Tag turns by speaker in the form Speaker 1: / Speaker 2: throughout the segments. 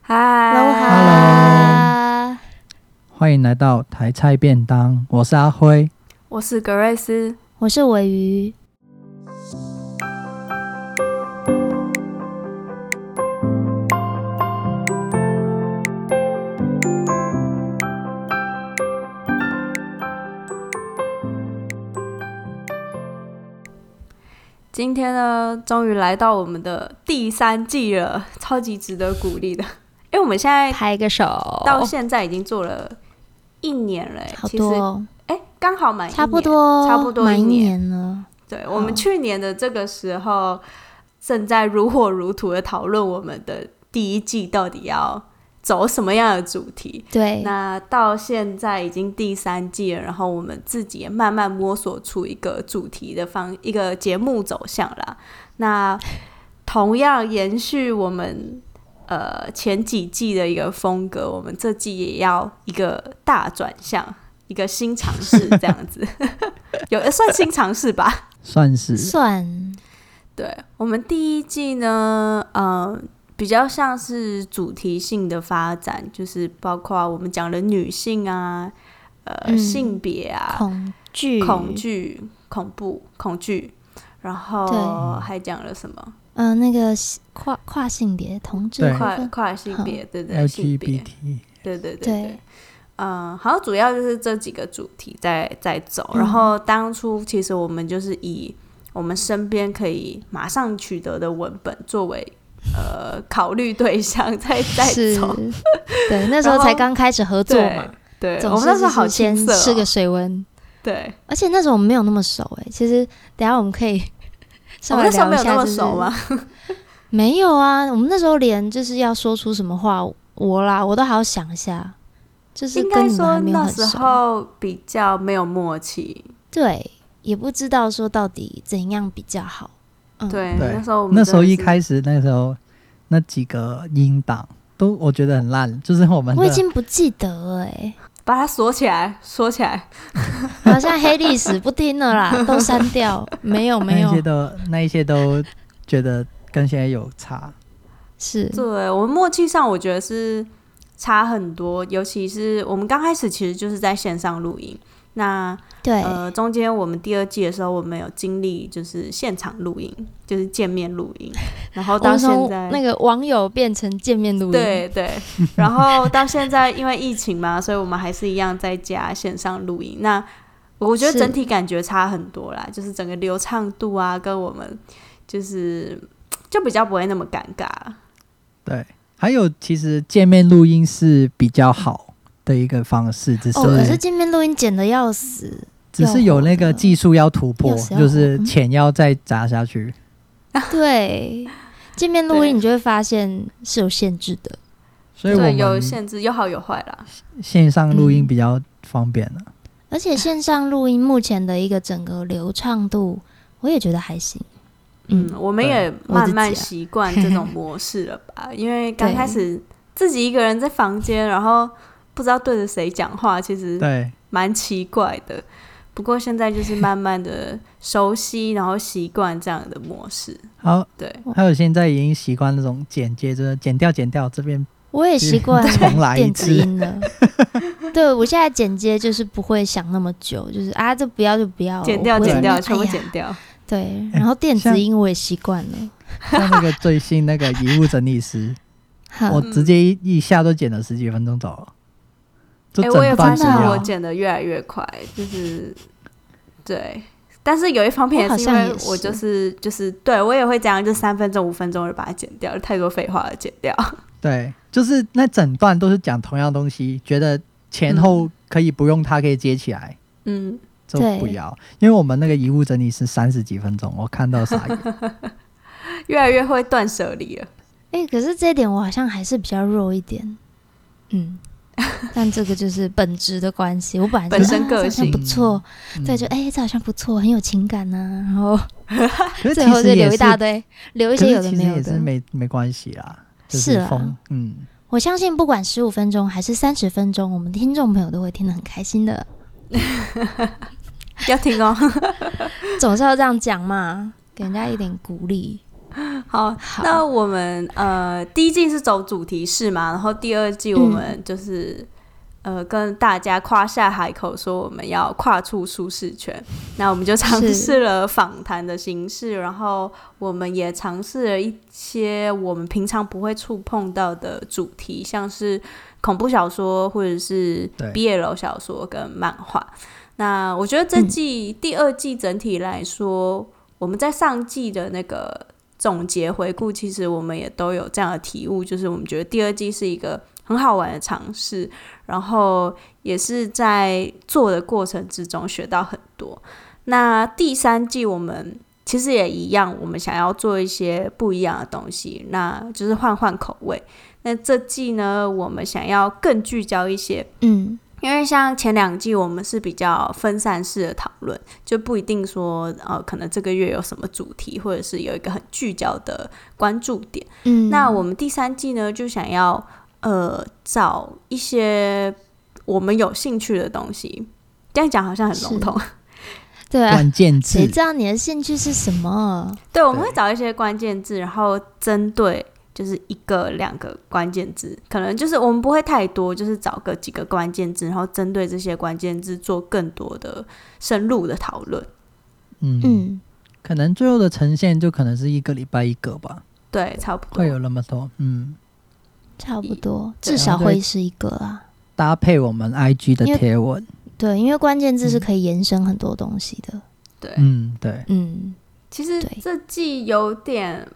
Speaker 1: 嗨
Speaker 2: Aloha
Speaker 3: 欢迎来到台菜便当，我是阿辉。
Speaker 1: 我是格瑞斯。
Speaker 2: 我是尾鱼。
Speaker 1: 今天呢，终于来到我们的第三季了，超级值得鼓励的。 因为我们现在
Speaker 2: 拍个手，
Speaker 1: 到现在已经做了一年了、欸，
Speaker 2: 好
Speaker 1: 其
Speaker 2: 多
Speaker 1: 实
Speaker 2: 哦，
Speaker 1: 哎，刚好满一年
Speaker 2: 差不。多，哦
Speaker 1: 差不多
Speaker 2: 满
Speaker 1: 一
Speaker 2: 一
Speaker 1: 年
Speaker 2: 年了。
Speaker 1: 对我们去年的这个时候，正在如火如荼的讨论我们的第一季到底要走什么样的主题。
Speaker 2: 对，
Speaker 1: 那到现在已经第三季了，然后我们自己也慢慢摸索出一个主题的方一个节目走向啦。那同样延续我们呃前几季的一个风格，我们这季也要一个大转向，一个新尝试这样子， 有呃算新尝试吧？
Speaker 3: 算是
Speaker 2: 算
Speaker 1: 对我们第一季呢，呃。比较像是主题性的发展，就是包括我们讲的女性啊，呃，
Speaker 2: 嗯
Speaker 1: 性别啊，
Speaker 2: 恐惧，
Speaker 1: 恐。惧、恐怖、恐惧，然后
Speaker 2: 对
Speaker 1: 还讲了什么
Speaker 2: 嗯，那个性跨跨性别同志
Speaker 3: 对
Speaker 2: 部
Speaker 1: 跨
Speaker 2: 分，
Speaker 1: 跨性别，对对，性别，
Speaker 3: LGBT，
Speaker 1: 对对对对
Speaker 2: 对。
Speaker 1: 嗯，好，主要就是这几个主题在在走。
Speaker 2: 嗯
Speaker 1: 然后当初其实我们就是以我们身边可以马上取得的文本作为呃考虑对象， 在在
Speaker 2: 是
Speaker 1: 走。，
Speaker 2: 对，那时候
Speaker 1: 然后
Speaker 2: 才刚开始合作
Speaker 1: 对
Speaker 2: 嘛，
Speaker 1: 对，
Speaker 2: 总
Speaker 1: 我们那
Speaker 2: 是
Speaker 1: 时候
Speaker 2: 就是
Speaker 1: 好青
Speaker 2: 先
Speaker 1: 涩哦、
Speaker 2: 试个水温，
Speaker 1: 对，
Speaker 2: 而且那时候我们没有那么熟哎。其实等一下我们可以
Speaker 1: 我
Speaker 2: 稍
Speaker 1: 们那
Speaker 2: 微
Speaker 1: 时候
Speaker 2: 聊
Speaker 1: 没
Speaker 2: 一
Speaker 1: 有那
Speaker 2: 下，
Speaker 1: 么
Speaker 2: 就是
Speaker 1: 熟啊吗？
Speaker 2: 没有啊，我们那时候连就是要说出什么话，我啦，我都还要想一下，就是
Speaker 1: 应
Speaker 2: 跟
Speaker 1: 该
Speaker 2: 你们
Speaker 1: 说
Speaker 2: 还没有
Speaker 1: 那
Speaker 2: 很
Speaker 1: 时
Speaker 2: 熟，
Speaker 1: 候比较没有默契，
Speaker 2: 对，也不知道说到底怎样比较好。嗯，
Speaker 1: 对，
Speaker 3: 对
Speaker 1: 那时候我们
Speaker 3: 那时候
Speaker 1: 真的
Speaker 3: 一
Speaker 1: 是
Speaker 3: 开始，那时候那几个音档都我觉得很烂，就是我们
Speaker 2: 我已
Speaker 3: 的
Speaker 2: 经不记得了哎、
Speaker 1: 把它锁起来，锁起来。
Speaker 2: 好像黑历史不听了啦，都删掉，没有
Speaker 3: 那
Speaker 2: 没
Speaker 3: 一
Speaker 2: 有
Speaker 3: 些，都那一些都觉得跟现在有差。
Speaker 2: 是
Speaker 1: 对我们默契上，我觉得是差很多，尤其是我们刚开始其实就是在线上录音。那
Speaker 2: 对，
Speaker 1: 呃，中间我们第二季的时候，我们有经历就是现场录音，就是见面录音，然后
Speaker 2: 我
Speaker 1: 到
Speaker 2: 们
Speaker 1: 现
Speaker 2: 从
Speaker 1: 在
Speaker 2: 那个网友变成见面录音，
Speaker 1: 对对，然后到现在因为疫情嘛，所以我们还是一样在家线上录音。那我觉得
Speaker 2: 是
Speaker 1: 整体感觉差很多啦，就是整个流畅度啊，跟我们就是就比较不会那么尴尬。
Speaker 3: 对，还有其实见面录音是比较好的一个方式，只是、
Speaker 2: 哦，可是见面录音剪的要死，
Speaker 3: 只是有那个技术要突破
Speaker 2: 要，死要活
Speaker 3: 就是
Speaker 2: 嗯
Speaker 3: 钱要再砸下去。
Speaker 2: 对，见面录
Speaker 1: 对
Speaker 2: 音你就会发现是有限制的。
Speaker 3: 所以我
Speaker 1: 对，有
Speaker 3: 们
Speaker 1: 限制，有好有坏啦。
Speaker 3: 线上录音
Speaker 2: 嗯
Speaker 3: 比较方便啊了。
Speaker 2: 而
Speaker 1: 啊
Speaker 2: 且线上录音目前的一个整个流畅度，我也觉得还行。
Speaker 1: 嗯
Speaker 2: 嗯，
Speaker 1: 我们也
Speaker 2: 我自
Speaker 1: 慢
Speaker 2: 己
Speaker 1: 慢
Speaker 2: 啊
Speaker 1: 习惯这种模式了 吧？因为刚开
Speaker 2: 对
Speaker 1: 始自己一个人在房间，然后不知道对着谁讲话，其实
Speaker 3: 对，
Speaker 1: 蛮奇怪的。不过现在就是慢慢的熟悉，然后习惯这样的模式。
Speaker 3: 好，
Speaker 1: 对，
Speaker 3: 还有现在已经习惯那种剪接，就是剪掉剪掉，这边
Speaker 2: 我也习惯
Speaker 3: 重来一
Speaker 2: 电子
Speaker 3: 次。
Speaker 2: 音了。 对我现在剪接就是不会想那么久，就是啊，这不要就不要，
Speaker 1: 剪掉
Speaker 2: 我不会
Speaker 1: 剪
Speaker 2: 在
Speaker 1: 掉，
Speaker 2: 那边
Speaker 1: 全部
Speaker 2: 哎呀
Speaker 1: 剪掉。
Speaker 2: 对，
Speaker 3: 哎
Speaker 2: 然后电子音我也习惯了。
Speaker 3: 像那个最新那个遗物整 理师，我
Speaker 2: 好，
Speaker 3: 直接一一下都剪了十几分钟走了，就
Speaker 1: 哎、我也
Speaker 3: 整
Speaker 1: 发
Speaker 3: 段
Speaker 1: 现
Speaker 3: 只
Speaker 2: 真的
Speaker 1: 我
Speaker 3: 要。
Speaker 1: 剪的越来越快，就是对。但是有一方面
Speaker 2: 我好
Speaker 1: 也是因
Speaker 2: 像
Speaker 1: 为
Speaker 2: 也是
Speaker 1: 我就是就是对我也会这样，就三分钟五分钟就把它剪掉，太多废话了，剪掉。
Speaker 3: 对，就是那整段都是讲同样东西，觉得前后可以不用它可以接起来，
Speaker 1: 嗯，
Speaker 2: 嗯
Speaker 3: 就
Speaker 2: 对
Speaker 3: 不要。因为我们那个遗物整理是三十几分钟，我看到 傻眼。
Speaker 1: 越来越会断舍离了。
Speaker 2: 哎、可是这一点我好像还是比较弱一点。 嗯，但这个就是本质的关系。我本来就
Speaker 1: 本身
Speaker 2: 啊
Speaker 1: 个
Speaker 2: 这好像
Speaker 1: 性
Speaker 2: 不错，
Speaker 3: 嗯
Speaker 2: 对，就哎、这好像不错，很有情感呐、然后
Speaker 3: 可是
Speaker 2: 啊最
Speaker 3: 其
Speaker 2: 后就
Speaker 3: 实也
Speaker 2: 留
Speaker 3: 是
Speaker 2: 一，大堆，留一
Speaker 3: 可
Speaker 2: 些
Speaker 3: 是
Speaker 2: 有的
Speaker 3: 其
Speaker 2: 没
Speaker 3: 实
Speaker 2: 有
Speaker 3: 也是
Speaker 2: 的。
Speaker 3: 没没关系啦，就是
Speaker 2: 啊
Speaker 3: 风嗯，
Speaker 2: 我相信不管十五分钟还是三十分钟，我们听众朋友都会听得很开心的。
Speaker 1: 要听哦，哦
Speaker 2: 总是要这样讲嘛，给人家一点鼓励。
Speaker 1: 好，
Speaker 2: 好
Speaker 1: 那我们呃第一季是走主题式嘛，然后第二季我们就是、呃跟大家夸下海口说我们要跨出舒适圈，那我们就尝
Speaker 2: 是
Speaker 1: 试了访谈的形式，然后我们也尝试了一些我们平常不会触碰到的主题，像是恐怖小说或者是
Speaker 3: 对
Speaker 1: BL 小说跟漫画。那我觉得这季、第二季整体来说，我们在上季的那个总结回顾，其实我们也都有这样的体悟，就是我们觉得第二季是一个很好玩的尝试，然后也是在做的过程之中学到很多。那第三季我们其实也一样，我们想要做一些不一样的东西，那就是换换口味。那这季呢，我们想要更聚焦一些
Speaker 2: 嗯，
Speaker 1: 因为像前两季我们是比较分散式的讨论，就不一定说呃，可能这个月有什么主题，或者是有一个很聚焦的关注点。
Speaker 2: 嗯，
Speaker 1: 那我们第三季呢，就想要呃找一些我们有兴趣的东西。这样讲好像很笼统，
Speaker 2: 对啊，
Speaker 3: 关键
Speaker 2: 谁
Speaker 3: 字
Speaker 2: 知道你的兴趣是什么？
Speaker 1: 对，我们会找一些关键字，然后针对就是一个两个关键字，可能就是我们不会太多，就是找个几个关键字，然后针对这些关键字做更多的深入的讨论。
Speaker 3: 嗯，
Speaker 2: 嗯，
Speaker 3: 可能最后的呈现就可能是一个礼拜一个吧，
Speaker 1: 对，差不多
Speaker 3: 会。有那么多，嗯，
Speaker 2: 差不多，
Speaker 1: 对
Speaker 2: 至少
Speaker 3: 然后
Speaker 2: 会
Speaker 3: 对
Speaker 2: 是一个啦。
Speaker 3: 搭配我们 IG 的
Speaker 2: 因为
Speaker 3: 贴文，
Speaker 2: 对，因为关键字是可以延伸很多东西的。
Speaker 1: 对，
Speaker 3: 嗯，对，
Speaker 2: 嗯，
Speaker 1: 其实
Speaker 2: 对
Speaker 1: 这季有点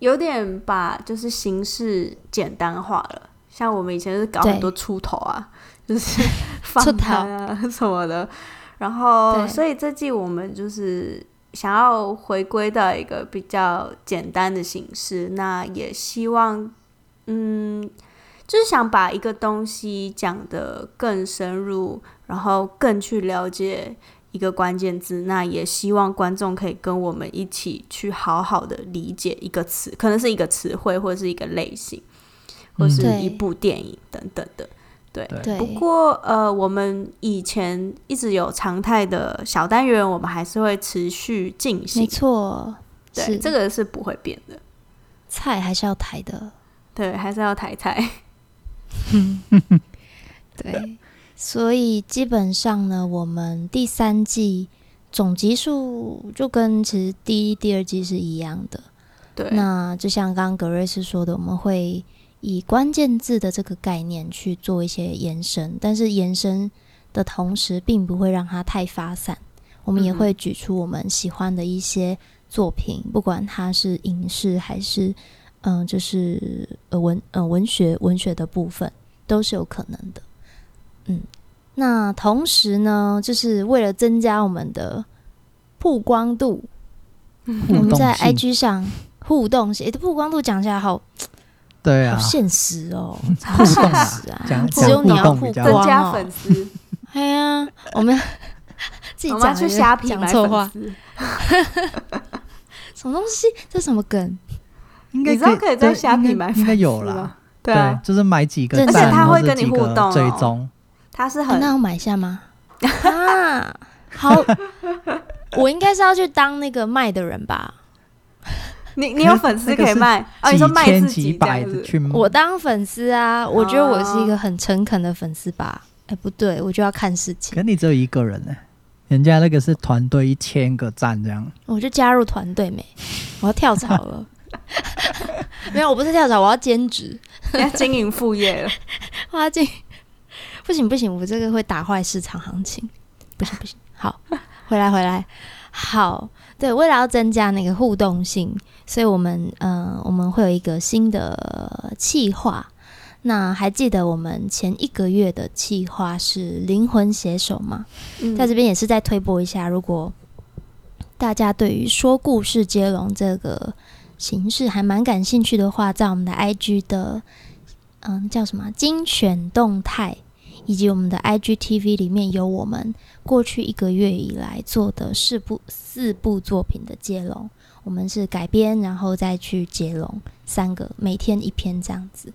Speaker 1: 有点把就是形式简单化了。像我们以前是搞
Speaker 2: 对
Speaker 1: 很多出头啊， 就是访
Speaker 2: 出头
Speaker 1: 谈啊什么的，然后
Speaker 2: 对
Speaker 1: 所以这季我们就是想要回归到一个比较简单的形式，那也希望嗯，就是想把一个东西讲得更深入，然后更去了解一个关键字。那也希望观众可以跟我们一起去好好的理解一个词，可能是一个词汇，或者是一个类型，或是
Speaker 2: 对
Speaker 1: 一部电影等等的。
Speaker 2: 嗯对。
Speaker 1: 不过，呃，我们以前一直有常态的小单元，我们还是会持续进
Speaker 2: 没
Speaker 1: 行。
Speaker 2: 错，
Speaker 1: 对，
Speaker 2: 是
Speaker 1: 这个是不会变的。
Speaker 2: 菜还是要抬的。
Speaker 1: 对，还是要抬 菜。
Speaker 2: 对，所以基本上呢，我们第三季总集数就跟其实第一、第二季是一样的。
Speaker 1: 对，
Speaker 2: 那就像刚刚格瑞斯说的，我们会以关键字的这个概念去做一些延伸，但是延伸的同时，并不会让它太发散。我们也
Speaker 1: 嗯哼
Speaker 2: 会举出我们喜欢的一些作品，不管它是影视还是嗯、呃就是呃文呃文学文学的部分，都是有可能的。嗯，那同时呢，就是为了增加我们的曝光度，
Speaker 1: 嗯
Speaker 2: 我
Speaker 3: 互
Speaker 2: 们
Speaker 3: 动
Speaker 2: 在
Speaker 3: 性，
Speaker 2: IG 上互动性，诶这曝光度讲起来好
Speaker 3: 对
Speaker 2: 好
Speaker 3: 啊，
Speaker 2: 现实 哦，好
Speaker 3: 互
Speaker 2: 现
Speaker 3: 动啊
Speaker 2: 实啊
Speaker 3: 讲，
Speaker 2: 只有
Speaker 1: 讲
Speaker 2: 你
Speaker 1: 互
Speaker 2: 要
Speaker 3: 动
Speaker 2: 曝
Speaker 3: 比较
Speaker 1: 增
Speaker 2: 光
Speaker 1: 加
Speaker 2: 哦
Speaker 1: 粉。 丝，
Speaker 2: 哎呀，我们 自己
Speaker 1: 我
Speaker 2: 讲
Speaker 1: 们要去
Speaker 2: 了
Speaker 1: 虾皮
Speaker 2: 讲
Speaker 1: 买
Speaker 2: 错话
Speaker 1: 粉，丝。
Speaker 2: 什么东西？这什么梗？
Speaker 3: 应该
Speaker 1: 你知道
Speaker 3: 以
Speaker 1: 可以在
Speaker 3: 对
Speaker 1: 虾皮
Speaker 3: 应该
Speaker 1: 买
Speaker 3: 应该有
Speaker 1: 粉丝吗
Speaker 3: 啦，
Speaker 1: 对啊，
Speaker 3: 就是买几个
Speaker 2: 而且
Speaker 3: 赞，
Speaker 2: 他
Speaker 1: 会
Speaker 3: 或者
Speaker 1: 跟你
Speaker 3: 几
Speaker 1: 互
Speaker 3: 个
Speaker 1: 动哦
Speaker 3: 追踪，
Speaker 1: 他是
Speaker 2: 啊
Speaker 3: 哦
Speaker 1: 很、
Speaker 2: 那要买一 下吗？啊，好，我应该是要去当那个卖的人吧？
Speaker 1: 你你有粉丝
Speaker 3: 那个
Speaker 1: 可以
Speaker 3: 是
Speaker 1: 卖哦，你说卖
Speaker 3: 千
Speaker 1: 自
Speaker 3: 几
Speaker 1: 己这
Speaker 3: 百
Speaker 1: 样
Speaker 3: 的
Speaker 1: 子，
Speaker 3: 去买，
Speaker 2: 我当粉丝啊，我觉得我是一个很诚恳的粉丝吧？哎，不对，我就要看事情，
Speaker 3: 可你只有一个人呢、人家那个是团队一千个赞这样，
Speaker 2: 我就加入团队没？我要跳槽了。没有，我不是跳槽，我要兼职。
Speaker 1: 你要经营副 业了。
Speaker 2: 花镜，不行不行，我这个会打坏市场行情，不行不行。好，回来回来，好，对，为了要增加那个互动性，所以我们呃我们会有一个新的企划。那还记得我们前一个月的企划是灵魂写手吗？
Speaker 1: 嗯
Speaker 2: 在这边也是再推播一下，如果大家对于说故事接龙这个形式还蛮感兴趣的话，在我们的 IG 的嗯叫什么啊精选动态，以及我们的 IGTV 里面有我们过去一个月以来做的四部四部作品的接龙，我们是改编然后再去接龙三个，每天一篇这样子。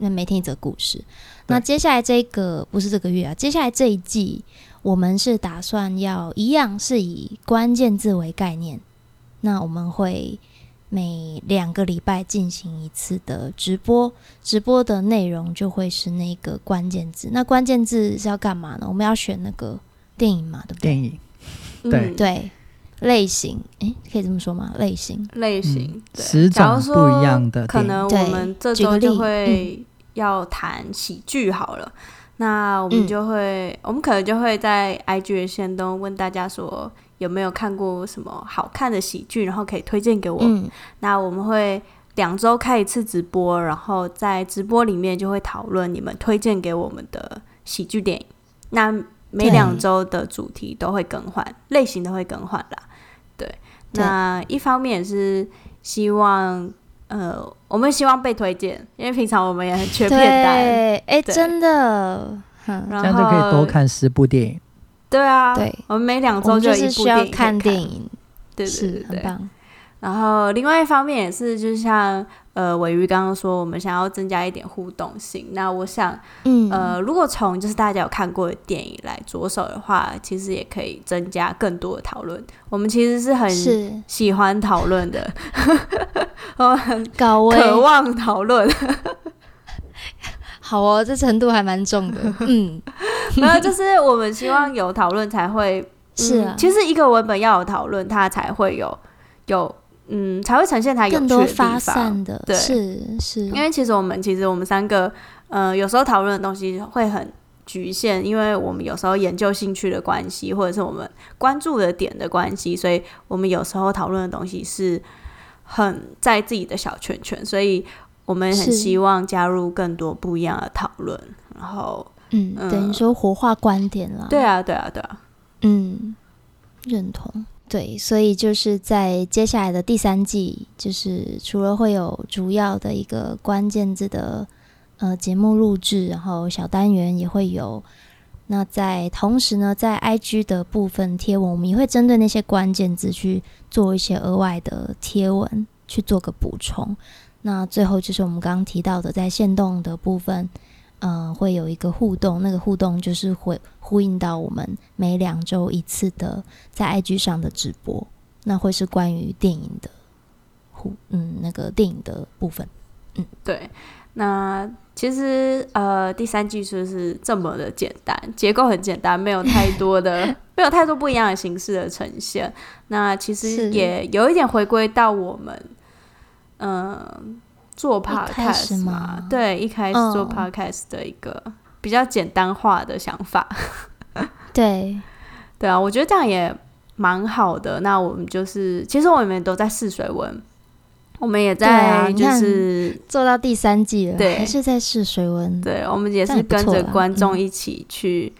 Speaker 2: 那每天一则故事，那接下来这个不是这个月啊，接下来这一季我们是打算要一样是以关键字为概念，那我们会每两个礼拜进行一次的直播，直播的内容就会是那个关键字。那关键字是要干嘛呢？我们要选那个电影嘛，对不对？
Speaker 3: 电影对
Speaker 1: 嗯、
Speaker 2: 对，类型，诶，可以这么说吗？类型，
Speaker 1: 类型、
Speaker 3: 嗯
Speaker 1: 对
Speaker 3: 十
Speaker 1: 假如
Speaker 3: 种不一样
Speaker 1: 说
Speaker 3: 的
Speaker 1: 可
Speaker 3: 电影，
Speaker 1: 能
Speaker 2: 对
Speaker 1: 我们这
Speaker 2: 举个
Speaker 1: 周
Speaker 2: 例
Speaker 1: 就
Speaker 3: 嗯
Speaker 1: 会要谈喜剧好了，那我
Speaker 2: 嗯
Speaker 1: 们就会，我们可能就会在 IG 的线东问大家说有没有看过什么好看的喜剧，然后可以推荐给我。
Speaker 2: 嗯，
Speaker 1: 那我们会两周开一次直播，然后在直播里面就会讨论你们推荐给我们的喜剧电影。那每
Speaker 2: 对
Speaker 1: 两周的主题都会更换，类型都会更换啦。对，
Speaker 2: 对
Speaker 1: 那一方面也是希望，呃，我们希望被推荐，因为平常我们也很缺
Speaker 2: 对，
Speaker 1: 片单，
Speaker 2: 诶，
Speaker 1: 对
Speaker 2: 真的，嗯，
Speaker 1: 然
Speaker 3: 这
Speaker 1: 后
Speaker 3: 样就可以多。看十部电影。
Speaker 1: 对啊，
Speaker 2: 对
Speaker 1: 我们每两
Speaker 2: 我
Speaker 1: 周
Speaker 2: 们就
Speaker 1: 有一
Speaker 2: 是
Speaker 1: 部
Speaker 2: 需要
Speaker 1: 影可以看
Speaker 2: 看电影，
Speaker 1: 对对对
Speaker 2: 是
Speaker 1: 对
Speaker 2: 很。棒，
Speaker 1: 然后另外一方面也是，就像呃尾鱼刚刚说，我们想要增加一点互动性。那我想，
Speaker 2: 嗯，
Speaker 1: 呃，如果从就是大家有看过的电影来着手的话，其实也可以增加更多的讨论。我们其实是很
Speaker 2: 是
Speaker 1: 喜欢讨论的，我很
Speaker 2: 高危，
Speaker 1: 渴望讨 论。
Speaker 2: 好哦，这程度还蛮重的，嗯，
Speaker 1: 然后就是我们希望有讨论才会
Speaker 2: 是
Speaker 1: 嗯
Speaker 2: 啊，
Speaker 1: 其实一个文本要有讨论，它才会有有嗯，才会呈现它有趣
Speaker 2: 更
Speaker 1: 的
Speaker 2: 多
Speaker 1: 地方。
Speaker 2: 发散的，
Speaker 1: 对
Speaker 2: 是是，
Speaker 1: 因为其实我们其实我们三个，呃，有时候讨论的东西会很局限，因为我们有时候研究兴趣的关系，或者是我们关注的点的关系，所以我们有时候讨论的东西是很在自己的小圈圈，所以我们很
Speaker 2: 是
Speaker 1: 希望加入更多不一样的讨论。然后，
Speaker 2: 嗯，
Speaker 1: 嗯
Speaker 2: 等于说活化观点啦，
Speaker 1: 对啊，对啊，对啊，
Speaker 2: 嗯，认同。对，所以就是在接下来的第三季，就是除了会有主要的一个关键字的呃节目录制，然后小单元也会有。那在同时呢，在 IG 的部分贴文，我们也会针对那些关键字去做一些额外的贴文，去做个补充。那最后就是我们刚刚提到的，在线动的部分，呃，会有一个互动，那个互动就是会呼应到我们每两周一次的在 IG 上的直播，那会是关于电影的互嗯那个电影的部分。
Speaker 1: 对。那其实呃，第三季就是这么的简单，结构很简单，没有太多 的没有太多不一样的形式的呈现。那其
Speaker 2: 是
Speaker 1: 实也有一点回归到我们，嗯、做
Speaker 2: 一开始
Speaker 1: podcast 嘛
Speaker 2: 吗，
Speaker 1: 对，一开始做
Speaker 2: 嗯
Speaker 1: podcast 的一个比较简单化的想法。
Speaker 2: 对，
Speaker 1: 对啊，我觉得这样也蛮好的。那我们就是，其实我们也都在试水温，我们也
Speaker 2: 对啊
Speaker 1: 在
Speaker 2: 你
Speaker 1: 就
Speaker 2: 看
Speaker 1: 是
Speaker 2: 做到第三季了，
Speaker 1: 对
Speaker 2: 还是在试水温。
Speaker 1: 对，我们也
Speaker 2: 这
Speaker 1: 是
Speaker 2: 样也不
Speaker 1: 跟
Speaker 2: 错
Speaker 1: 着
Speaker 2: 啦
Speaker 1: 观众
Speaker 2: 嗯
Speaker 1: 一起去、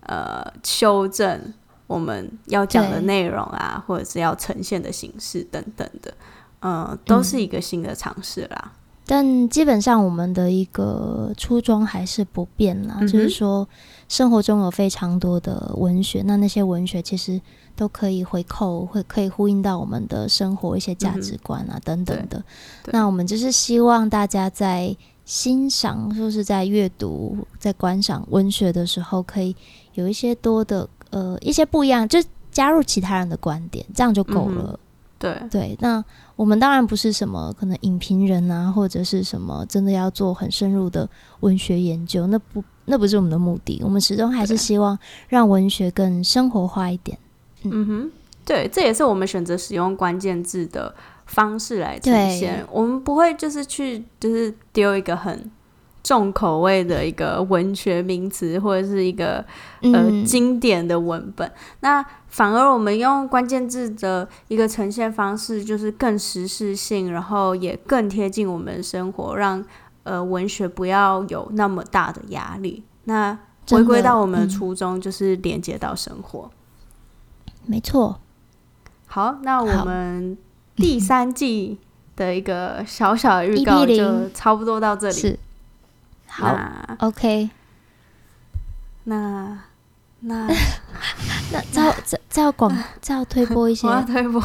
Speaker 1: 呃修正我们要讲的
Speaker 2: 对
Speaker 1: 内容啊，或者是要呈现的形式等等的，嗯、都是
Speaker 2: 嗯
Speaker 1: 一个新的尝试啦。
Speaker 2: 但基本上我们的一个初衷还是不变啦，
Speaker 1: 嗯哼
Speaker 2: 就是说生活中有非常多的文学，那那些文学其实都可以回扣，会可以呼应到我们的生活一些价值观啊、等等的。
Speaker 1: 嗯对
Speaker 2: 那我们就是希望大家在欣赏，或是在阅读、在观赏文学的时候，可以有一些多的呃一些不一样，就加入其他人的观点，这样就够
Speaker 1: 嗯
Speaker 2: 了。
Speaker 1: 哼对，
Speaker 2: 对，那我们当然不是什么可能影评人啊，或者是什么真的要做很深入的文学研究，那不那不是我们的目的。我们始终还是
Speaker 1: 对
Speaker 2: 希望让文学更生活化一点。
Speaker 1: 嗯哼，对，这也是我们选择使用关键字的方式来呈
Speaker 2: 对
Speaker 1: 现。我们不会就是去就是丢一个很重口味的一个文学名词或者是一个呃
Speaker 2: 嗯，
Speaker 1: 经典的文本。那反而我们用关键字的一个呈现方式，就是更时事性，然后也更贴近我们的生活，让呃文学不要有那么大的压力。那
Speaker 2: 真
Speaker 1: 回
Speaker 2: 的
Speaker 1: 归到我们的
Speaker 2: 嗯
Speaker 1: 初衷，就是连接到生活。
Speaker 2: 没错，
Speaker 1: 好，那
Speaker 2: 好
Speaker 1: 我们第三季的一个小小的预告
Speaker 2: EP0
Speaker 1: 就差不多到这里。
Speaker 2: 是好
Speaker 1: 那
Speaker 2: ，OK。
Speaker 1: 那 那
Speaker 2: 那再要再再要广再要推 播一些
Speaker 1: 啊我，要推播，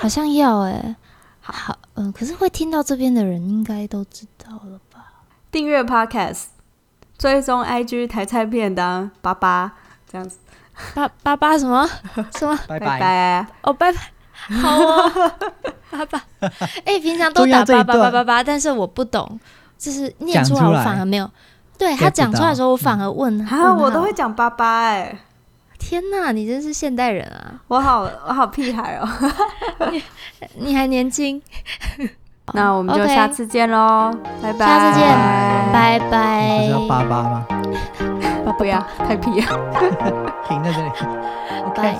Speaker 2: 好像要哎、好，嗯、可是会听到这边的人应该都知道了吧？
Speaker 1: 订阅 Podcast，追踪 IG 台菜便当，爸爸，这样子，
Speaker 2: 八八八什么什么？
Speaker 3: 拜
Speaker 1: 拜拜啊
Speaker 2: 哦，拜拜好哦， 八八。哎、平常都
Speaker 3: 重要
Speaker 2: 打
Speaker 3: 这
Speaker 2: 八
Speaker 3: 一
Speaker 2: 八八
Speaker 3: 段
Speaker 2: 八八，但是我不懂，就是念
Speaker 3: 讲
Speaker 2: 出来
Speaker 3: 出
Speaker 2: 我
Speaker 3: 来
Speaker 2: 反而没有。对他
Speaker 3: get
Speaker 2: 讲出来的
Speaker 3: 到
Speaker 2: 时候，我反而问问
Speaker 1: 啊，
Speaker 2: 号，
Speaker 1: 我都会讲八八哎，
Speaker 2: 天哪，你真是现代人啊！
Speaker 1: 我好我好屁孩哦。
Speaker 2: 你还年轻，
Speaker 1: 那我们就
Speaker 2: OK
Speaker 1: 下次见喽，拜拜。
Speaker 2: 下次见拜
Speaker 3: 不
Speaker 2: 拜
Speaker 3: 是，要八八吗？
Speaker 1: 不要太屁了。
Speaker 3: 停在这里。
Speaker 2: 拜。